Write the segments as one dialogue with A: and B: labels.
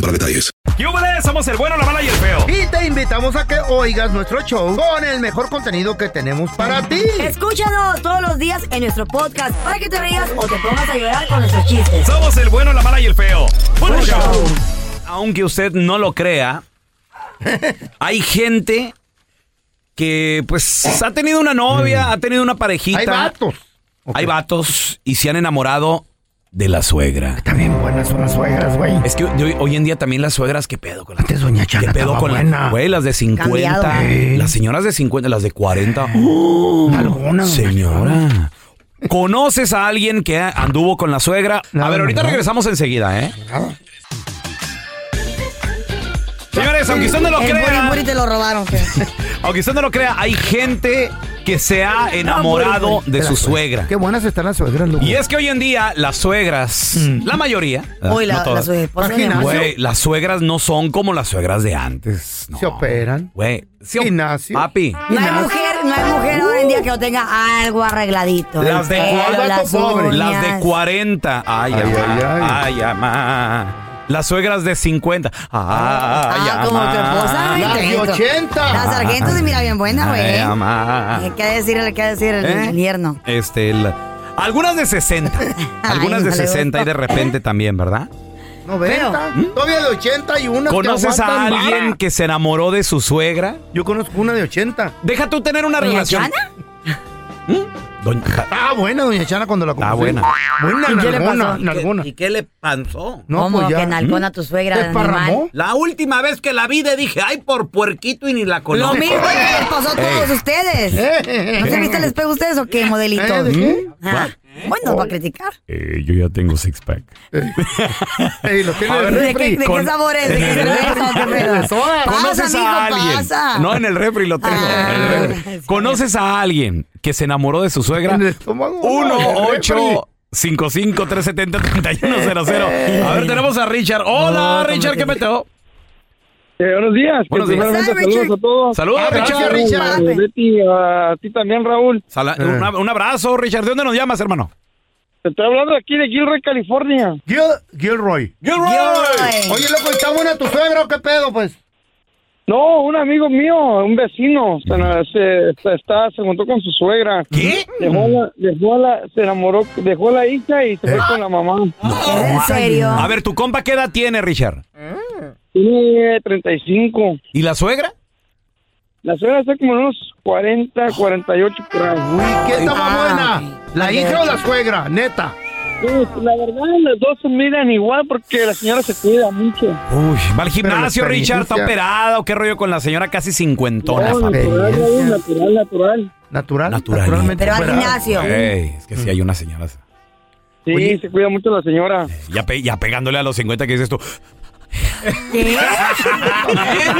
A: para detalles.
B: ¡Yúbales! Somos el bueno, la mala y el feo.
C: Y te invitamos a que oigas nuestro show con el mejor contenido que tenemos para ti.
D: Escúchanos todos los días en nuestro podcast para que te rías o te pongas a llorar con nuestros chistes.
B: Somos el bueno, la mala y el feo. ¡Puro show! Aunque usted no lo crea, hay gente que pues ha tenido una novia, ha tenido una parejita.
C: Mm. Hay vatos.
B: Hay vatos y se han enamorado de la suegra.
C: También buenas son las suegras, güey.
B: Es que hoy, hoy en día también las suegras, qué pedo con las
C: Antes doña
B: ¿Qué
C: Chana
B: pedo
C: estaba
B: con
C: buena.
B: las güey, las de 50?
D: Cambiado.
B: Eh. Las señoras de 50, las de 40. ¡Oh!
C: Alguna, doña
B: señora. ¿Conoces a alguien que anduvo con la suegra?
C: No,
B: a ver,
C: no,
B: ahorita
C: no.
B: regresamos enseguida, ¿eh?
C: Nada.
B: Señores, aunque usted no lo
D: El buri
B: crea,
D: buri te lo robaron, feo.
B: aunque usted no lo crea, hay gente que se ha enamorado de su suegra.
C: Qué buenas están las suegras, loco.
B: Y es que hoy en día las suegras,
C: Mm.
B: la mayoría,
C: Ah.
D: Hoy la,
B: no todas,
D: la su esposa
C: Imagina.
D: mi amor.
B: güey, las suegras no son como las suegras de antes. no.
C: Se operan.
B: Güey, sí,
C: Gimnasio.
B: papi.
D: No hay
C: Nada.
D: mujer, no hay mujer hoy en día que no tenga algo arregladito.
B: Las de
D: El pelo,
B: cuarenta,
D: las
C: pobre.
D: uñas.
B: Las de 40. Ay,
C: Ay,
B: ama,
C: ay, ay.
B: ay, ama. Las suegras de 50. Ay,
D: Ah, como
B: ama.
D: tu esposa, güey.
C: Las de
D: Sargento.
C: 80.
D: La sargento se mira bien buena,
B: Ay,
D: güey. ¿eh?
B: ama.
D: Hay que decirle, que decir el,
B: ¿Eh?
D: el yerno.
B: Este, la- algunas de 60. Algunas
D: Ay,
B: de
D: no le
B: 60 y de
D: gustó.
B: repente también, ¿verdad?
C: 90. Todavía de 80 y una.
B: ¿Conoces a alguien que se enamoró de su suegra?
C: Yo conozco una de 80.
B: Deja tú tener una
D: ¿Doña
B: relación.
D: Chana?
B: Doña Chana.
C: Ah, buena, doña Chana, cuando la conocí.
B: Ah, buena.
C: Buena,
D: ¿Y qué le
C: nalgona,
D: pasó?
C: nalgona.
B: qué le pasó?
C: No,
D: ¿Cómo
C: pues ya.
B: ¿Mm?
D: que nalgona a tu suegra?
C: ¿Te
D: de animal?
C: esparramó?
B: La última vez que la vi, le dije, ay, por puerquito y ni la
D: Lo mismo que les pasó a todos
B: Ey.
D: ustedes.
C: Eh, eh, eh.
D: ¿No se viste el espejo ustedes o qué, modelito?
C: Eh, ¿de qué?
D: Ah, bueno, para criticar.
B: Eh, yo ya tengo six pack.
C: Ey, lo tiene
B: A
C: de
B: ver,
D: ¿De
C: refri.
D: qué, de qué
B: con-
D: sabor es? ¿De qué cerveza o qué pedo?
C: De soda.
D: Pasa,
B: ¿Conoces
D: mijo,
B: a alguien?
D: pasa.
B: No, en el refri lo tengo.
D: Ah,
B: en el refri.
D: sí.
B: ¿Conoces a alguien que se enamoró de su suegra?
C: En el estómago, no,
B: 1
C: en el
B: 8 55 370
D: Eh.
B: 3100
E: Eh.
B: A ver, tenemos a Richard. Hola, Richard, ¿qué meteo?
F: Eh, buenos días.
B: Buenos
F: Que
B: días.
F: primeramente
D: Hola, Richard.
F: Saludos a todos.
B: Saludos,
C: Ah,
B: Richard.
C: gracias, Richard.
F: A Betty, a ti también, Raúl.
B: Sala-
C: Eh.
B: una- un abrazo, Richard. ¿De dónde nos llamas, hermano?
F: Te estoy hablando aquí de Gilroy, California.
C: Gil- Gilroy.
D: Gilroy.
C: Oye, loco, ¿está buena tu suegra o qué pedo, pues?
F: No, un amigo mío, un vecino, se, na- se- se- está, se juntó con su suegra.
B: ¿Qué?
F: Dejó a la, dejó a la- se enamoró, dejó a la hija y se
C: Eh.
F: fue con la mamá.
D: ¿En serio?
B: A ver, ¿tu compa qué edad tiene, Richard?
F: Tiene 35.
B: ¿Y la suegra?
F: La suegra está como en unos 40, 48 por ahí.
C: Uy, ¿qué está más
D: Ah,
C: buena? ¿La hija o la suegra? Neta.
F: Pues, La verdad, las dos se miran igual porque la señora se cuida mucho.
B: Uy, va al
C: Pero la
B: gimnasio, Richard. ¿Está
C: experiencia.
B: operada o qué rollo con la señora casi cincuentona?
F: No,
B: fa-
F: natural, Raúl, natural, natural.
C: Natural.
B: Natural.
C: Naturalmente.
D: Pero al
C: fuera.
D: gimnasio.
B: Ey, es que sí hay una señora.
F: Sí,
C: Oye.
F: se cuida mucho la señora.
B: Ya, pe- ya pegándole a los 50 que dices tú.
D: ¿Qué?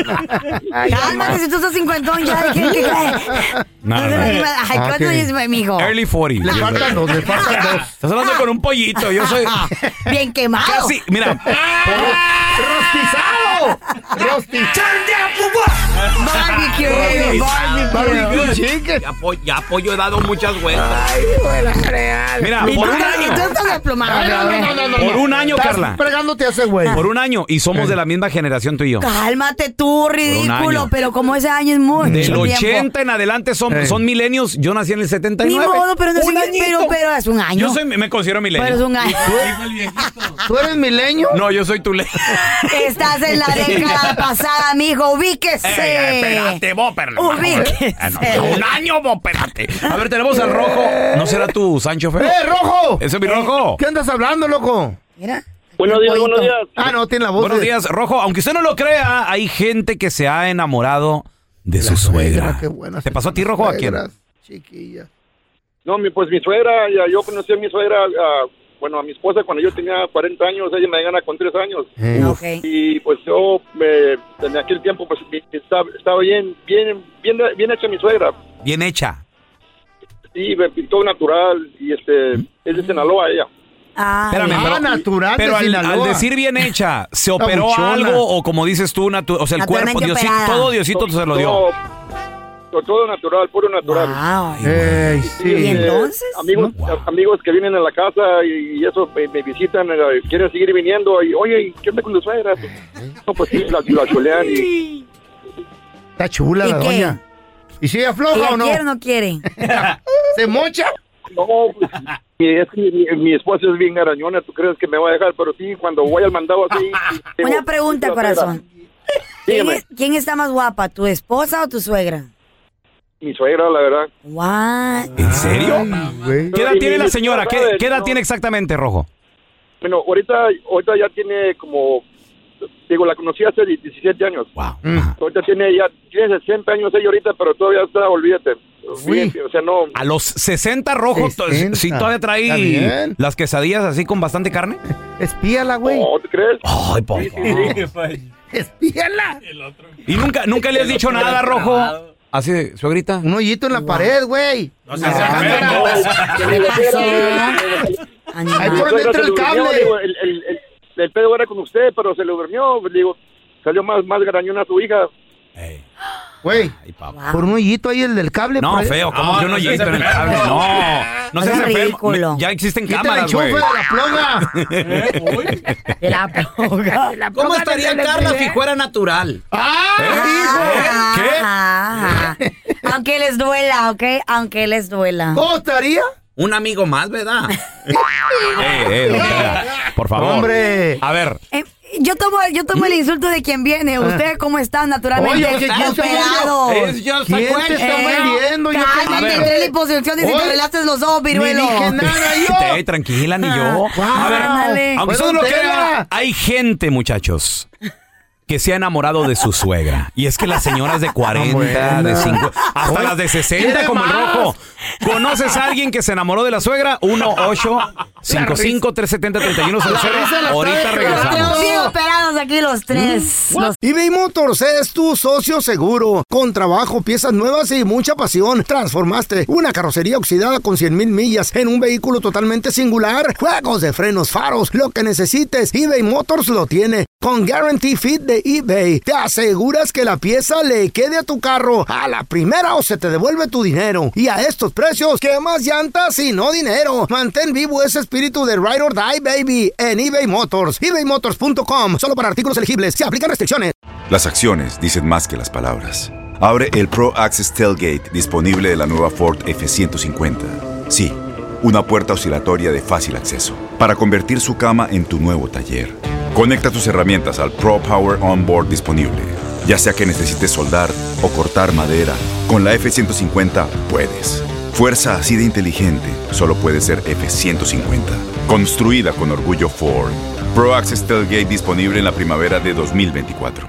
D: Cálmate, si tú estás cincuentón ya, ¿de ¿qué, qué crees?
B: No, no.
D: Ay,
C: Ah,
D: ¿cuántos
C: ok.
D: años, mi amigo?
B: Early 40.
C: Le faltan dos, le faltan dos.
B: Estás hablando con un pollito. Yo soy
D: Bien quemado.
B: casi. Mira.
C: ¡Rostizado! ¡Rostizado!
D: Barbecue,
C: ¡Barbecue
D: barbecue.
C: chicken!
B: Ya, po- ya pollo he dado muchas vueltas. Mira,
D: Y tú,
B: por un
D: estás- y tú
B: año.
D: estás
C: Ay,
D: desplomado.
C: Ah, no, no, no, no, no.
B: Por un año,
C: Estás
B: Carla.
C: Pregándote a ese güey.
B: Por un año. Y somos de la misma generación tú y yo.
D: Cálmate tú, ridículo,
B: año.
D: pero como ese año es mucho
B: Del
D: tiempo.
B: 80 en adelante son,
C: Ey.
B: son milenios. Yo nací en el 79.
D: Ni modo, pero no es
B: Un
D: un año,
B: añito.
D: pero, pero es un año.
B: Yo soy, me considero milenio.
D: pero es un año.
C: ¿Tú eres milenio?
B: No, yo soy tu le.
D: Estás en la década pasada, amigo. Ubíquese.
B: espérate, vos, pero
D: Ubíquese.
B: Ah, no, no, Un año, vos, espérate. A ver, tenemos al rojo. ¿No será tu Sancho Feo?
C: ¡Eh, rojo!
B: ¿Ese es mi rojo?
C: ¿Qué andas hablando, loco?
D: Mira.
F: Buenos días,
D: Pollito.
F: buenos días.
C: Ah, no, tiene la voz
B: Buenos
C: de-
B: días, rojo. Aunque usted no lo crea, hay gente que se ha enamorado de su
C: suegra,
B: suegra.
C: qué buenas
B: ¿Te
C: son
B: pasó a ti,
C: las
B: rojo? ¿A quién?
C: suegras, Chiquilla.
F: No, mi, pues mi suegra, ya, yo conocí a mi suegra, ah, bueno, a mi esposa cuando yo tenía 40 años, ella me gana con 3 años.
D: Ok.
F: Y pues yo, me, en aquel tiempo, pues mi- estaba, estaba bien, bien, bien, bien hecha mi suegra.
B: Bien hecha.
F: Sí, me pintó natural y este, es de Sinaloa ella.
D: Ah,
B: Espérame,
C: Ah, natural de
B: pero al,
C: Sinaloa.
B: al decir bien hecha, ¿se
C: Está
B: operó
C: buchona.
B: algo o como dices tú, natu- o sea, el
D: Naturalmente
B: cuerpo, Diosito,
D: operada.
B: todo Diosito se lo dio?
F: No, to- todo natural, puro natural.
D: wow.
C: Ey,
D: ¿Y
C: sí.
D: entonces?
F: Amigos,
B: Wow.
F: amigos que vienen a la casa y, y eso me, me visitan, eh, quieren seguir viniendo y oye, ¿y ¿qué onda con tu suegra? No, pues sí, la, la chulean y
C: Está chula
D: ¿Y
C: la
D: qué?
C: doña. ¿Y si
D: ¿Ella
C: afloja o no?
D: quiere o no quiere?
C: ¿Se mocha?
F: no, pues, mi, es que mi, mi esposa es bien arañona, tú crees que me va a dejar, pero sí, cuando voy al mandado así.
D: Una pregunta, corazón. ¿Quién,
F: Dígame.
D: es- quién está más guapa, tu esposa o tu suegra?
F: Mi suegra, la verdad.
D: What?
B: ¿En serio?
C: Ay, güey.
B: ¿Qué edad
F: Y
B: tiene
F: mi-
B: la señora? ¿Qué,
F: ¿sabes?
B: qué edad
F: No.
B: tiene exactamente, Rojo?
F: Bueno, ahorita, ahorita ya tiene como, digo, la conocí hace 17 años.
B: Wow.
C: Mm.
F: Ahorita tiene ya, tiene 60 años ella ahorita, pero todavía está, olvídate.
C: Uy.
F: O sea, no,
B: A los 60 rojos, to-
C: 60.
B: sí todavía
C: Está
B: trae
C: bien.
B: las quesadillas así con bastante carne.
C: Espíala, güey.
F: no, ¿te crees?
B: Ay, por favor.
C: Espíala.
B: Y nunca, nunca le has dicho nada, rojo. Así, de, suegrita.
C: Un hoyito en la pared, güey. Ah,
D: ¿Qué le pasó?
C: Ahí
D: Animal.
C: por
F: Pero
C: dentro
F: se
C: el
F: le durmió,
C: cable.
F: digo, el, el- el- el pedo era con usted, pero se le durmió. le Digo, salió más, más garañona su hija.
B: Ey,
C: Güey.
B: ay, papá.
D: Wow.
C: Por un hoyito ahí el del cable.
B: No,
C: por ahí.
B: feo, como que yo no llegué en el cable. No, no seas
D: Era
B: enfermo.
D: ridículo.
B: Me- Ya existen
C: Quita el
B: cámaras,
C: enchufe
B: güey.
C: de la ploga.
D: De la boca.
B: ¿Cómo estaría Carla si fuera natural?
C: ¡Ah!
B: ¿Qué?
D: Ah, Aunque les duela, ¿ok? Aunque les duela.
C: ¿Cómo estaría?
B: Un amigo más, ¿verdad? eh, eh, don Tela, por favor.
C: Hombre.
B: A ver,
D: Eh, yo, tomo, yo tomo el insulto de quien viene. Ustedes, ¿cómo están? Naturalmente,
C: Ah. Oye, ¿qué- quién te
D: operados.
B: vendió? Es yo,
C: ¿Quién
B: sacuel.
C: te está
D: Eh,
C: vendiendo? Yo te
D: Cálmate,
C: dije.
D: entre liposucciones y te
C: Oye,
D: relaste los dos,
C: Ni
D: viruelo.
C: dije nada yo.
B: Ey, tranquila, ni yo.
C: Wow.
B: A ver,
D: Ándale.
B: aunque
C: Fue
B: eso no lo
C: don Ah, Tela.
B: crea, hay gente, muchachos, que se ha enamorado de su suegra. Y es que las señoras
C: Ah,
B: de 40,
C: Buena.
B: de 50, hasta las de 60,
C: ¿quiere
B: como el
C: más?
B: rojo. ¿Conoces a alguien que se enamoró de la suegra? 1 8 5 5 3 70 31 00.
C: La risa la está
B: Ahorita
C: descargando.
B: regresamos.
D: Los bien operados aquí los tres. Los
C: Mm, eBay Motors es tu socio seguro. Con trabajo, piezas nuevas y mucha pasión. Transformaste una carrocería oxidada con 100 mil millas en un vehículo totalmente singular. Juegos de frenos, faros, lo que necesites, eBay Motors lo tiene. Con Guarantee Fit de eBay, te aseguras que la pieza le quede a tu carro a la primera o se te devuelve tu dinero. Y a estos precios, ¿qué más llantas y no dinero? Mantén vivo ese espíritu de Ride or Die, baby, en eBay Motors. ebaymotors.com, solo para artículos elegibles. Se aplican restricciones.
G: Las acciones dicen más que las palabras. Abre el Pro Access Tailgate disponible de la nueva Ford F-150. Sí, una puerta oscilatoria de fácil acceso para convertir su cama en tu nuevo taller. Conecta tus herramientas al Pro Power Onboard disponible. Ya sea que necesites soldar o cortar madera, con la F-150 puedes. Fuerza así de inteligente solo puede ser F-150. Construida con orgullo Ford. Pro Access Tailgate disponible en la primavera de 2024.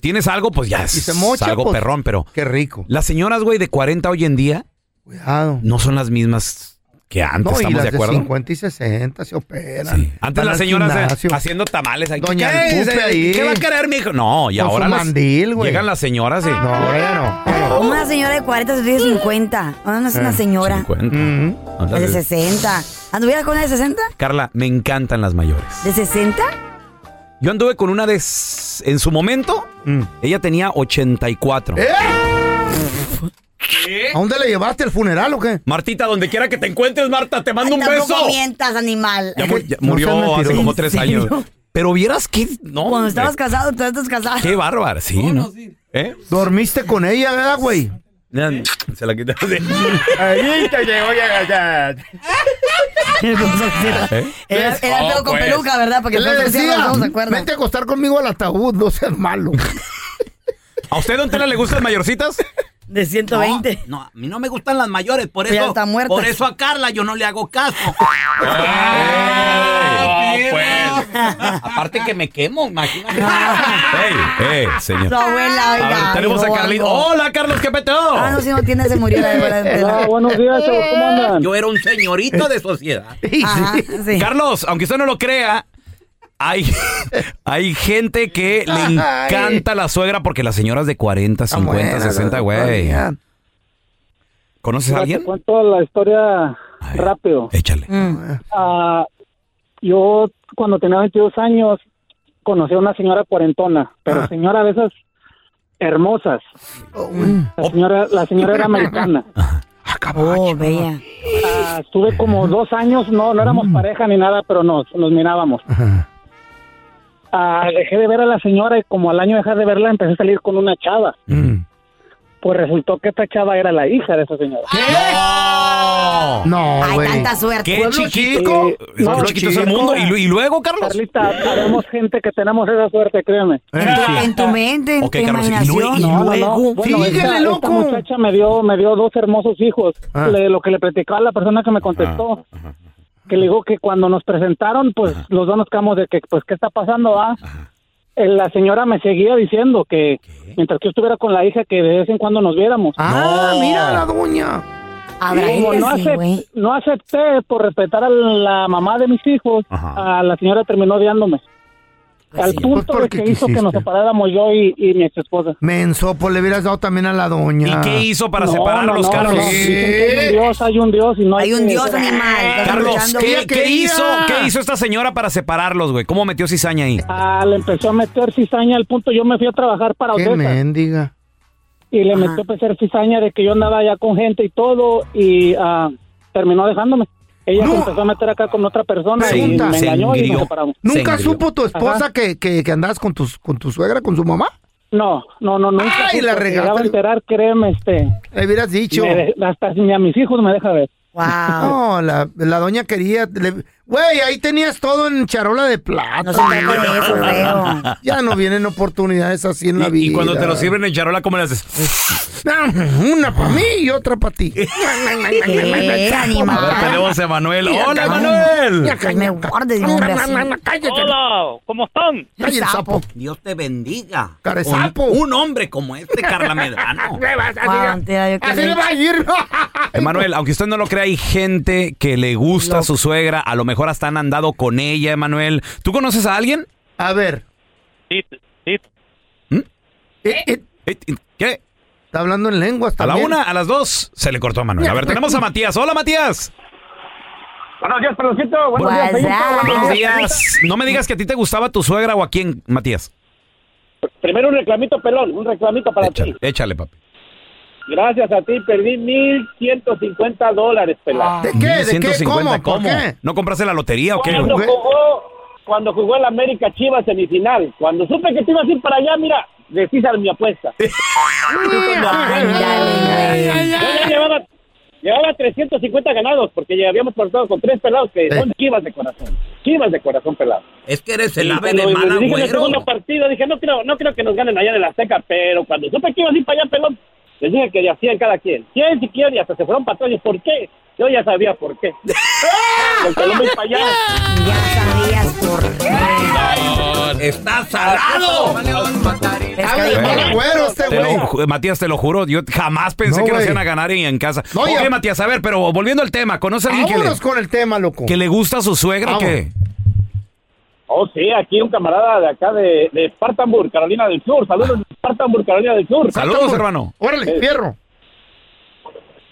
B: tienes algo, pues ya
C: Y
B: es
C: se mocha,
B: algo
C: pues,
B: perrón, pero
C: Qué rico.
B: las señoras, güey, de 40 hoy en día
C: Cuidado.
B: no son las mismas que antes,
C: No, y
B: ¿estamos
C: las
B: de acuerdo?
C: 50 y 60 se operan.
B: Sí. Antes
C: Van
B: las
C: al
B: señoras eh,
C: gimnasio.
B: haciendo tamales. ahí.
C: Doña
B: ¿Qué,
C: Lupe
B: dice?
C: ahí.
B: ¿Qué va a querer mi hijo? No, y
C: Con su
B: ahora las-
C: mandil, güey.
B: llegan las señoras y...
C: No,
D: Ah,
C: ya no.
D: Una señora de 40 se pide 50. Ah, No es
B: Eh,
D: una señora.
B: 50.
C: Eh. Mm.
B: Andas
D: Es de
B: de-
D: 60. ¿Anduvieras con una de 60?
B: Carla, me encantan las mayores.
D: ¿De 60?
B: Yo anduve con una de... s- En su momento,
C: Mm.
B: ella tenía 84.
C: ¿Eh? ¿A dónde le llevaste el funeral o qué?
B: Martita, donde quiera que te encuentres, Marta, te mando
D: Ay,
B: un
D: tampoco
B: beso.
D: mientas, animal.
B: Ya mu- ya
C: No
B: murió
C: seas
B: hace
C: mentiroso.
B: como
D: ¿En
B: tres
D: serio?
B: años. Pero vieras que... No,
D: Cuando
B: hombre,
D: estabas casado, tú estás casado.
B: Qué bárbaro, sí, ¿no? ¿Eh?
C: Dormiste con ella, ¿verdad, güey?
B: Se la quitaste.
C: Ahí te llegó
D: Era, era
B: Oh,
D: feo con
B: pues.
D: peluca, ¿verdad? Porque
C: ¿Qué le
D: entonces sí,
C: decía?
D: no se acuerda.
C: Vente a acostar conmigo al ataúd, no seas malo.
B: ¿A usted, don Tela, le gustan las mayorcitas?
D: De 120.
B: No, a mí no me gustan las mayores, por
D: Pero ya está muerta.
B: a Carla yo no le hago caso.
C: pues.
B: Aparte que me quemo, imagínate. ¡Ey, ey,
D: Tu
B: Eh, señor!
D: abuela,
B: A
D: oiga.
B: ver, tenemos a
D: Gordo.
B: Carlitos. ¡Hola, Carlos, qué peteo!
D: Ah, no, si no tiene, se murió la de Eh. la- de la-
F: Ah, buenos días, ¿cómo andan?
B: Yo era un señorito de sociedad.
D: Ajá, sí.
B: Carlos, aunque usted no lo crea, hay, hay gente que le encanta la suegra porque las señoras de 40, 50, 60, güey. ¿Conoces a
H: Te
B: alguien?
H: cuento la historia
B: A ver,
H: rápido.
B: Échale.
H: Ah, yo cuando tenía 22 años conocí a una señora cuarentona, pero
C: Ah.
H: señora de esas hermosas.
B: Mm.
H: La señora, la señora era americana.
B: Ah,
D: Oh, bella.
H: Ah, estuve como dos años, no, no
B: Mm.
H: éramos pareja ni nada, pero nos, nos mirábamos. Ah, dejé de ver a la señora y como al año de dejar de verla empecé a salir con una chava.
B: Mm.
H: Pues resultó que esta chava era la hija de esa señora.
B: ¡No!
C: No,
D: Ay,
C: güey.
D: tanta suerte.
B: ¡Qué
C: Pueblo
B: chiquito!
H: chico.
B: Qué
H: No,
B: chiquito es el
H: chico.
B: mundo. ¿Y, lu- y luego, Carlos?
H: Carlita, sabemos gente que tenemos esa suerte, créeme.
D: En tu, en tu mente, en
B: Eh, Ok,
D: tu
B: Carlos, y
D: imaginación.
B: luego- y
H: No, no, no. Bueno,
C: Síguele,
H: esta,
C: loco.
H: esta muchacha me dio, me dio dos hermosos hijos.
C: Ah.
H: Le- lo que le platicaba a la persona
B: Ah,
H: que me contestó, que le dijo que cuando nos presentaron, pues los dos nos quedamos de que, pues, ¿qué está pasando? Ah? Eh, La señora me seguía diciendo que mientras que yo estuviera con la hija, que de vez en cuando nos viéramos.
C: Ah, mira la doña.
D: Habrá
H: Y como
D: gente
H: no,
D: así,
H: acep-
D: güey.
H: no acepté por respetar a la mamá de mis hijos,
B: Ajá.
H: a la señora terminó odiándome.
D: Pues
H: al
D: sí.
C: Pues
H: punto de
C: porque
H: que hizo que nos
C: quisiste.
H: separáramos yo y, y mi ex esposa.
C: Menso, pues le hubieras dado también a la
B: ¿Y
C: doña.
B: qué hizo para
H: No,
B: separarlos,
H: no, no,
B: Carlos?
H: no. Dicen que Hay un Dios, hay un Dios y no hay
D: Hay un
H: que-
D: dios animal. ¿estás
B: Carlos,
D: escuchando?
B: ¿qué,
C: ella
B: qué
C: quería.
B: hizo, ¿qué hizo esta señora para separarlos, güey? ¿Cómo metió cizaña ahí?
H: Ah, le empezó a meter cizaña al punto. Yo me fui a trabajar para
C: Qué
H: Odessa
C: mendiga.
H: y le
D: Ajá.
H: metió a meter cizaña de que yo andaba allá con gente y todo y ah, terminó dejándome. Ella
C: No.
H: se empezó a meter acá con otra persona y
C: Pregunta.
H: me
C: Se
H: engañó y
B: engrió.
H: nos separamos.
C: ¿Nunca
B: Se engrió.
C: supo tu esposa que, que, que andabas con, tus, con tu suegra, con su mamá?
H: No, no, no, nunca.
C: Ay, la
H: supe.
C: regaste.
H: Llegaba a enterar, créeme, este.
C: Le hubieras dicho.
H: me de- hasta ni a mis hijos me deja ver.
D: Wow.
C: No, la, la doña quería. le- Güey, ahí tenías todo en charola de plata.
D: No se trata de eso, feo.
C: Ya no vienen oportunidades así en la vida.
B: Y, y cuando te lo sirven en charola, ¿cómo le haces?
C: Ah, Una para mí y otra para ti.
D: ¿Qué,
B: A ver,
D: animal?
B: tenemos a Emanuel. ¡Hola,
D: cabrón.
B: Emanuel!
D: Que me guardes de un hombre así.
I: Hola, ¿cómo están?
C: ¡Ay, el sapo!
B: Dios te bendiga.
C: Caresapo.
B: Un, un hombre como este, Carla
C: Ah,
B: Medrano.
D: Guantera, yo qué
C: Así le
D: rico.
C: va a ir.
B: Emanuel, aunque usted no lo crea, hay gente que le gusta a su suegra. A lo mejor hasta han andado con ella, Emanuel. ¿Tú conoces a alguien?
C: A ver.
I: Sí,
B: Eh, ¿Qué?
C: Eh, Está hablando en lenguas
B: A la
C: también.
B: una, a las dos, se le cortó a Manuel. A ver, tenemos a Matías. Hola, Matías.
E: Buenos días, peloncito. Buenos días,
D: What's
E: Pellito.
D: up?
B: Buenos días. No me digas que a ti te gustaba tu suegra o a quién, Matías.
E: Primero un reclamito, pelón. Un reclamito para
B: Échale,
E: ti.
B: échale, papi.
E: Gracias a ti perdí 1,150 dólares,
B: Ah.
E: pelón.
C: ¿De qué? ¿De qué?
B: 1150,
C: ¿Cómo? ¿Por qué?
B: ¿No compraste la lotería o qué?
E: Cuando
C: güey?
E: jugó, cuando jugó el América Chivas semifinal, cuando supe que te ibas a ir para allá, mira, deshice mi apuesta.
D: Ándale, güey.
E: Yo ya llevaba, llevaba 350 ganados porque ya habíamos portado con tres pelados que son chivas de corazón. Chivas de corazón pelado.
J: Es que eres el
E: Y
J: ave
E: cuando
J: de mal
E: les dije en el
J: agüero.
E: segundo partido, dije, no creo, no creo que nos ganen allá de la seca, pero cuando supe que ibas a ir para allá, pelón, les dije que le hacían cada quien. ¿Quién si quieren? Y hasta se fueron para atrás. ¿Y ¿Por qué? Yo ya sabía por qué. el pelón va a ir para allá.
D: Ya sabías por qué.
J: ¡Está salado!
C: Habla de
D: Pescadito.
C: mal agüero este
B: Te lo
C: güey.
B: ju- Matías, te lo juro, yo jamás pensé
C: No,
B: que nos
C: güey.
B: iban a ganar en, en casa.
C: No,
B: ok,
C: ya-
B: Matías, a ver, pero volviendo al tema,
C: Pues
B: ¿conoce a alguien que le,
C: Vámonos con el tema, loco.
B: que le gusta a su suegra o qué?
E: Oh, sí, aquí un camarada de acá de, de Spartanburg, Carolina del Sur. Saludos, de Spartanburg, Carolina del Sur. Eh,
B: Saludos, hermano.
C: Órale, fierro.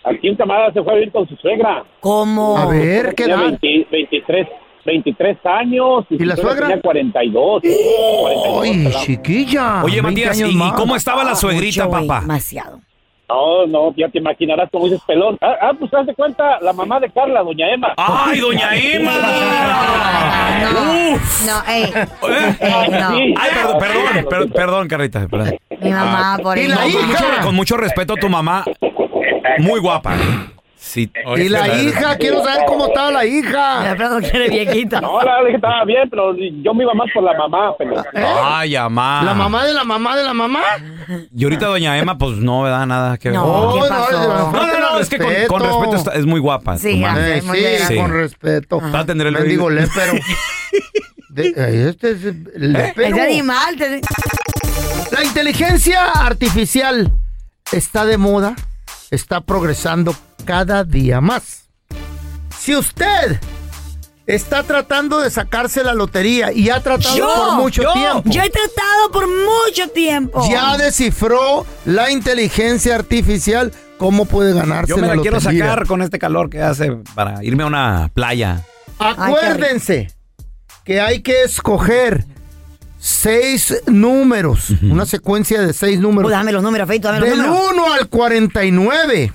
E: Aquí un camarada se fue a vivir con su suegra.
D: ¿Cómo?
C: A ver, ¿qué
E: Tenía
C: edad?
E: 20 23, 23 años.
C: ¿Y la
E: su
C: suegra?
E: Tenía 42. 42
C: Ay,
E: pelado.
C: chiquilla.
B: Oye,
C: 20
B: Matías, ¿y,
C: años
B: y
C: más.
B: cómo estaba la suegrita,
D: Mucho, güey,
B: papá?
D: Demasiado.
E: No, no, ya te imaginarás cómo dices pelón. Ah, ah, pues haz de cuenta la mamá de Carla, doña Emma.
B: ¡Ay, doña Emma! ¡Uf!
D: No, Ah, ey.
B: ¿Eh?
D: Ey,
F: Ah,
D: no.
B: Ay, Ah, perdón, perdón, perdón, perdón, Carlita. perdón.
D: Mi mamá, por
C: ¿Y
D: eso.
C: la
B: Con mucho-
C: hija?
B: con mucho respeto a tu mamá, muy guapa. Este, Sí.
C: ¿Y la hija? Quiero saber cómo está la hija.
D: perdón, que eres viejita.
E: No, la verdad que estaba bien, pero yo me iba más por la mamá, pelón.
B: Ay, mamá.
C: ¿eh? ¿La mamá de la mamá de la mamá?
B: Y ahorita doña Emma, pues no, ¿verdad? Nada que ver.
D: No.
C: Oh,
D: ¿qué pasó?
C: de-
D: No,
B: No, no, no, es que con, con respeto está- es muy guapa.
D: Sí,
B: tu
D: ya.
B: madre.
C: Eh,
D: Ay, muchas
C: sí,
D: gracias.
C: con respeto.
B: Va a tener el
C: Mendigo
B: oído.
C: lépero. De- eh, este es el lépero.
D: Ese animal. te-
C: La inteligencia artificial está de moda, está progresando cada día más. Si usted está tratando de sacarse la lotería y ha tratado
D: Yo,
C: por mucho
D: yo,
C: tiempo,
D: Yo he tratado por mucho tiempo.
C: ya descifró la inteligencia artificial cómo puede ganarse
B: Yo me la quiero
C: lotería.
B: sacar con este calor que hace para irme a una playa.
C: Acuérdense que hay que escoger seis números, una secuencia de seis
D: Oh,
C: números.
D: dame los números, Feito, dame los
C: del
D: números.
C: 1 al 49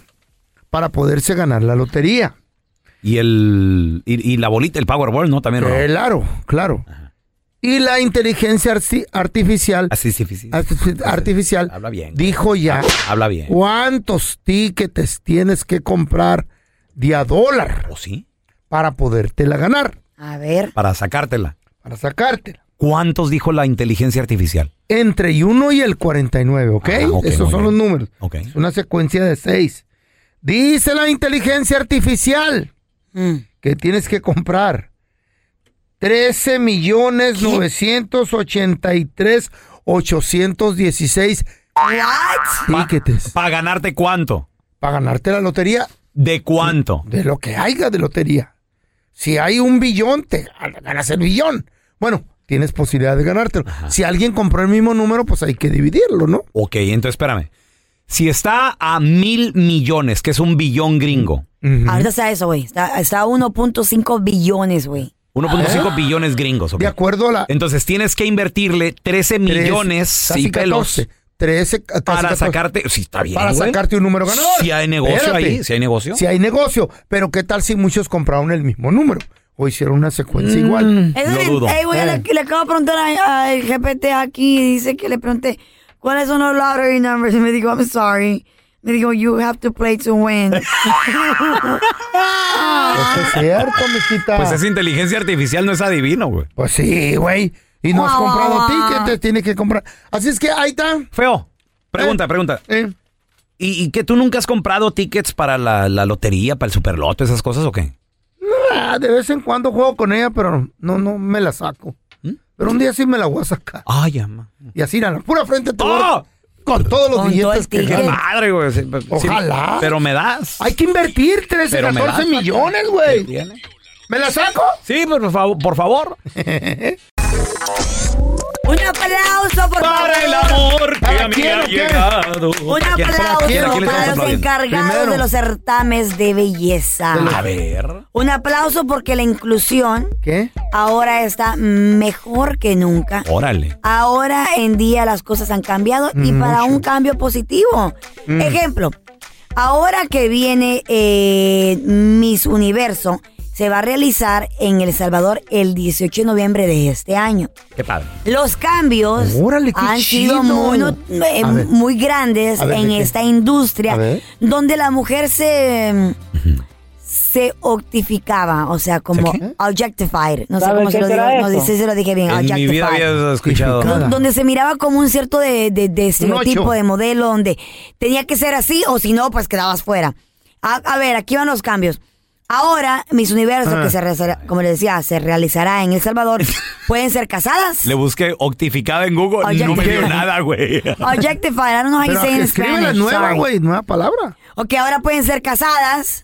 C: para poderse ganar la lotería.
B: Y el y, y la bolita, el Powerball, ¿no? También. ¿no?
C: Claro, claro. Y la inteligencia arti- artificial,
B: Así sí, sí, sí.
C: arti- artificial
B: Habla bien.
C: dijo ya
B: Habla bien.
C: cuántos tickets tienes que comprar de a dólar
B: ¿O Oh, sí?
C: para podértela ganar,
D: A ver.
B: Para sacártela.
C: para sacártela.
B: ¿Cuántos dijo la inteligencia artificial?
C: Entre el 1 y el 49, ¿ok?
B: Ah, ok,
C: Esos
B: muy
C: son
B: bien.
C: los números.
B: Ok.
C: Es una secuencia de seis. Dice la inteligencia artificial.
D: Mm.
C: que tienes que comprar. 13 millones 983 816
D: Ah,
B: Pa-
C: tickets
B: ¿Para ganarte cuánto?
C: para ganarte la lotería
B: ¿De cuánto?
C: de lo que haya de lotería. Si hay un billón, te gan- ganas el billón. Bueno, tienes posibilidad de ganártelo. Si alguien compró el mismo número, pues hay que dividirlo, ¿no?
B: Ok, entonces espérame. Si está a mil millones, que es un billón gringo,
D: Ahorita está eso, güey. Está, está a 1.5 billones, güey.
B: 1.5 billones gringos, ok.
C: Ah. De acuerdo a la...
B: Entonces tienes que invertirle 13
C: tres-
B: millones
C: casi
B: y pelos
C: 14, 13, ca- casi
B: para
C: 14.
B: sacarte. Sí, está bien.
C: para
B: güey.
C: sacarte un número ganador.
B: Si hay negocio ahí, si hay negocio.
C: Si hay negocio, pero ¿qué tal si muchos compraron el mismo número o hicieron una secuencia
B: Mm.
C: igual?
D: Es
B: Lo
D: una-
B: dudo.
D: Ey, güey,
C: Eh.
D: le, le acabo de preguntar a- al GPT aquí. Dice que le pregunté, ¿cuáles son los lottery numbers? Y me dijo, I'm sorry. Me dijo, you have to play to win.
C: Eso es cierto, mijita.
B: Pues
C: Pues,
B: esa inteligencia artificial no es adivino, güey.
C: sí, güey. Y no has
D: Guau,
C: comprado
D: guau, guau.
C: tickets, tienes que comprar. Así es que ahí está.
B: Feo. Pregunta, pregunta.
C: Eh,
B: ¿Y, y que tú nunca has comprado tickets para la, la lotería, para el superloto, esas cosas o qué?
C: ah, de vez en cuando juego con ella, pero no, no me la saco.
B: ¿Mm?
C: Pero un día sí me la voy a sacar.
B: Ay, ama.
C: Y así, a la pura frente te
B: ¡Oh!
C: voy a- con todos los
D: Con todo el
C: billetes que
D: ticket.
C: gano.
B: Madre, güey. sí, pues, sí,
C: Ojalá.
B: pero me das.
C: Hay que invertir 13,
B: Pero me
C: 14
B: das,
C: millones, güey.
B: ¿Tiene? pues,
C: ¿Me la saco?
B: Sí, por favor, por favor.
D: Un aplauso, por favor.
B: Para el amor que a mí
D: quién
B: ha
D: o qué?
B: llegado.
D: Un
B: ¿Para quién? ¿Para
D: aplauso
B: quién? ¿A quién
D: para
B: le estamos
D: los
B: aplaudiendo?
D: encargados
B: Primero.
D: de los certames de belleza.
B: A ver.
D: Un aplauso porque la inclusión
C: ¿Qué?
D: ahora está mejor que nunca.
B: Órale.
D: Ahora en día las cosas han cambiado y
B: Mm,
D: para
B: mucho.
D: un cambio positivo.
B: Mm.
D: Ejemplo, ahora que viene eh, Miss Universo, se va a realizar en El Salvador el 18 de noviembre de este año.
B: Qué padre.
D: Los cambios
B: Órale, qué
D: han sido
B: chido.
D: muy, no- eh,
B: A ver.
D: muy grandes
B: A ver,
D: en
B: ¿de qué?
D: esta industria
B: A ver.
D: donde la mujer se mm, se objetificaba, o sea, como objectified, no sé
K: ¿Sabe
D: cómo se
K: qué
D: lo digo,
K: será
D: no
K: eso?
D: sé si lo dije bien, oh,
B: En mi vida
D: objectified.
B: había escuchado.
D: No, donde se miraba como un cierto de, de- de estereotipo
B: ocho.
D: de modelo, donde tenía que ser así o si no, pues quedabas fuera. A, a ver, aquí van los cambios. Ahora, Miss Universo,
B: Ah.
D: que se realizará- como les decía, se realizará en El Salvador, pueden ser casadas.
B: Le busqué octificada en Google,
D: Oh,
B: no me dio
D: Objectified.
B: nada, güey.
D: Oh, Objectified, I don't know how you
C: Pero
D: say it in
C: escribe la
D: Spanish,
C: nueva,
D: sorry.
C: güey, nueva palabra. Mm.
D: Ok, ahora pueden ser casadas,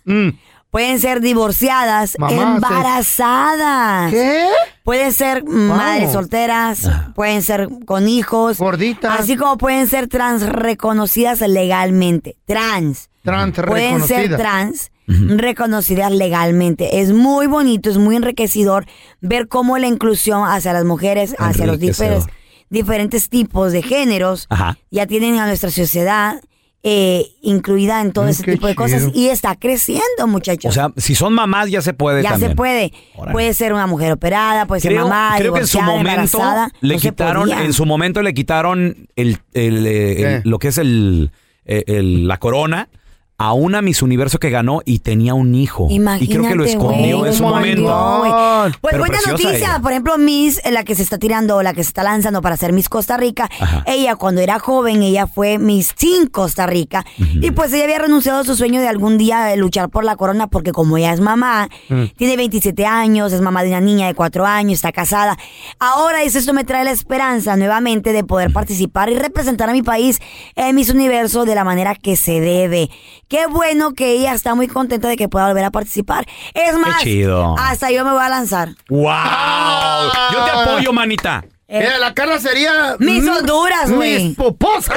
D: pueden ser divorciadas,
C: Mamás,
D: embarazadas.
C: ¿Qué?
D: Pueden ser madres solteras, pueden ser con hijos. Gorditas. Así como pueden ser trans reconocidas legalmente. Trans.
C: Trans
D: Pueden ser
C: reconocidas.
D: trans reconocidas legalmente. Es muy bonito, es muy enriquecedor ver cómo la inclusión hacia las mujeres, hacia los diferentes,
B: Enriquecedor.
D: diferentes tipos de géneros,
B: Ajá.
D: ya tienen a nuestra sociedad eh, incluida en todo
B: Mm,
D: ese
B: qué
D: tipo de cosas
B: chido.
D: y está creciendo, muchachos.
B: O sea, si son mamás ya se puede
D: ya
B: también.
D: se puede.
B: Órale.
D: Puede ser una mujer operada, puede ser
B: creo,
D: mamá,
B: creo que en su
D: divorciada,
B: momento
D: embarazada.
B: le
D: No se
B: quitaron,
D: podía.
B: en su momento le quitaron el, el, eh, el- lo que es el, eh, el- la corona a una Miss Universo que ganó y tenía un hijo. y creo que lo
D: Imagínate,
B: escondió
D: güey,
B: en su
D: lo
B: momento.
D: escondió, güey. Pues
B: Ah, Pero
D: buena
B: preciosa
D: noticia,
B: ella.
D: por ejemplo, Miss, eh, la que se está tirando o la que se está lanzando para ser Miss Costa Rica,
B: Ajá.
D: ella cuando era joven, ella fue Miss Teen Costa Rica y pues ella había renunciado a su sueño de algún día eh, luchar por la corona porque como ella es mamá,
K: Mm.
D: tiene 27 años, es mamá de una niña de 4 años, está casada. Ahora dice, esto me trae la esperanza nuevamente de poder participar y representar a mi país en Miss Universo de la manera que se debe. Qué bueno que ella está muy contenta de que pueda volver a participar. Es más,
B: chido.
D: hasta yo me voy a lanzar.
B: ¡Wow! Yo te apoyo, manita.
C: Mira, la Carla sería...
D: Mis
C: mm,
D: Honduras, güey.
C: Mis poposas.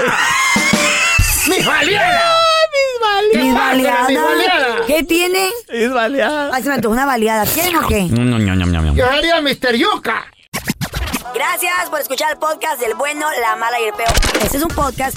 C: mis baleadas.
D: Ah, Mis
C: ¿Qué pasa,
D: baleadas.
C: mis baleadas?
D: ¿Qué tiene?
B: Mis baleadas.
D: Ay, se me antojó una baleada. ¿Tienen o qué?
B: Ñam, ñam, ñam, ñam, ñam.
C: Yo sería Mr. Yuca.
D: Gracias por escuchar el podcast del bueno, la mala y el peor. Este es un podcast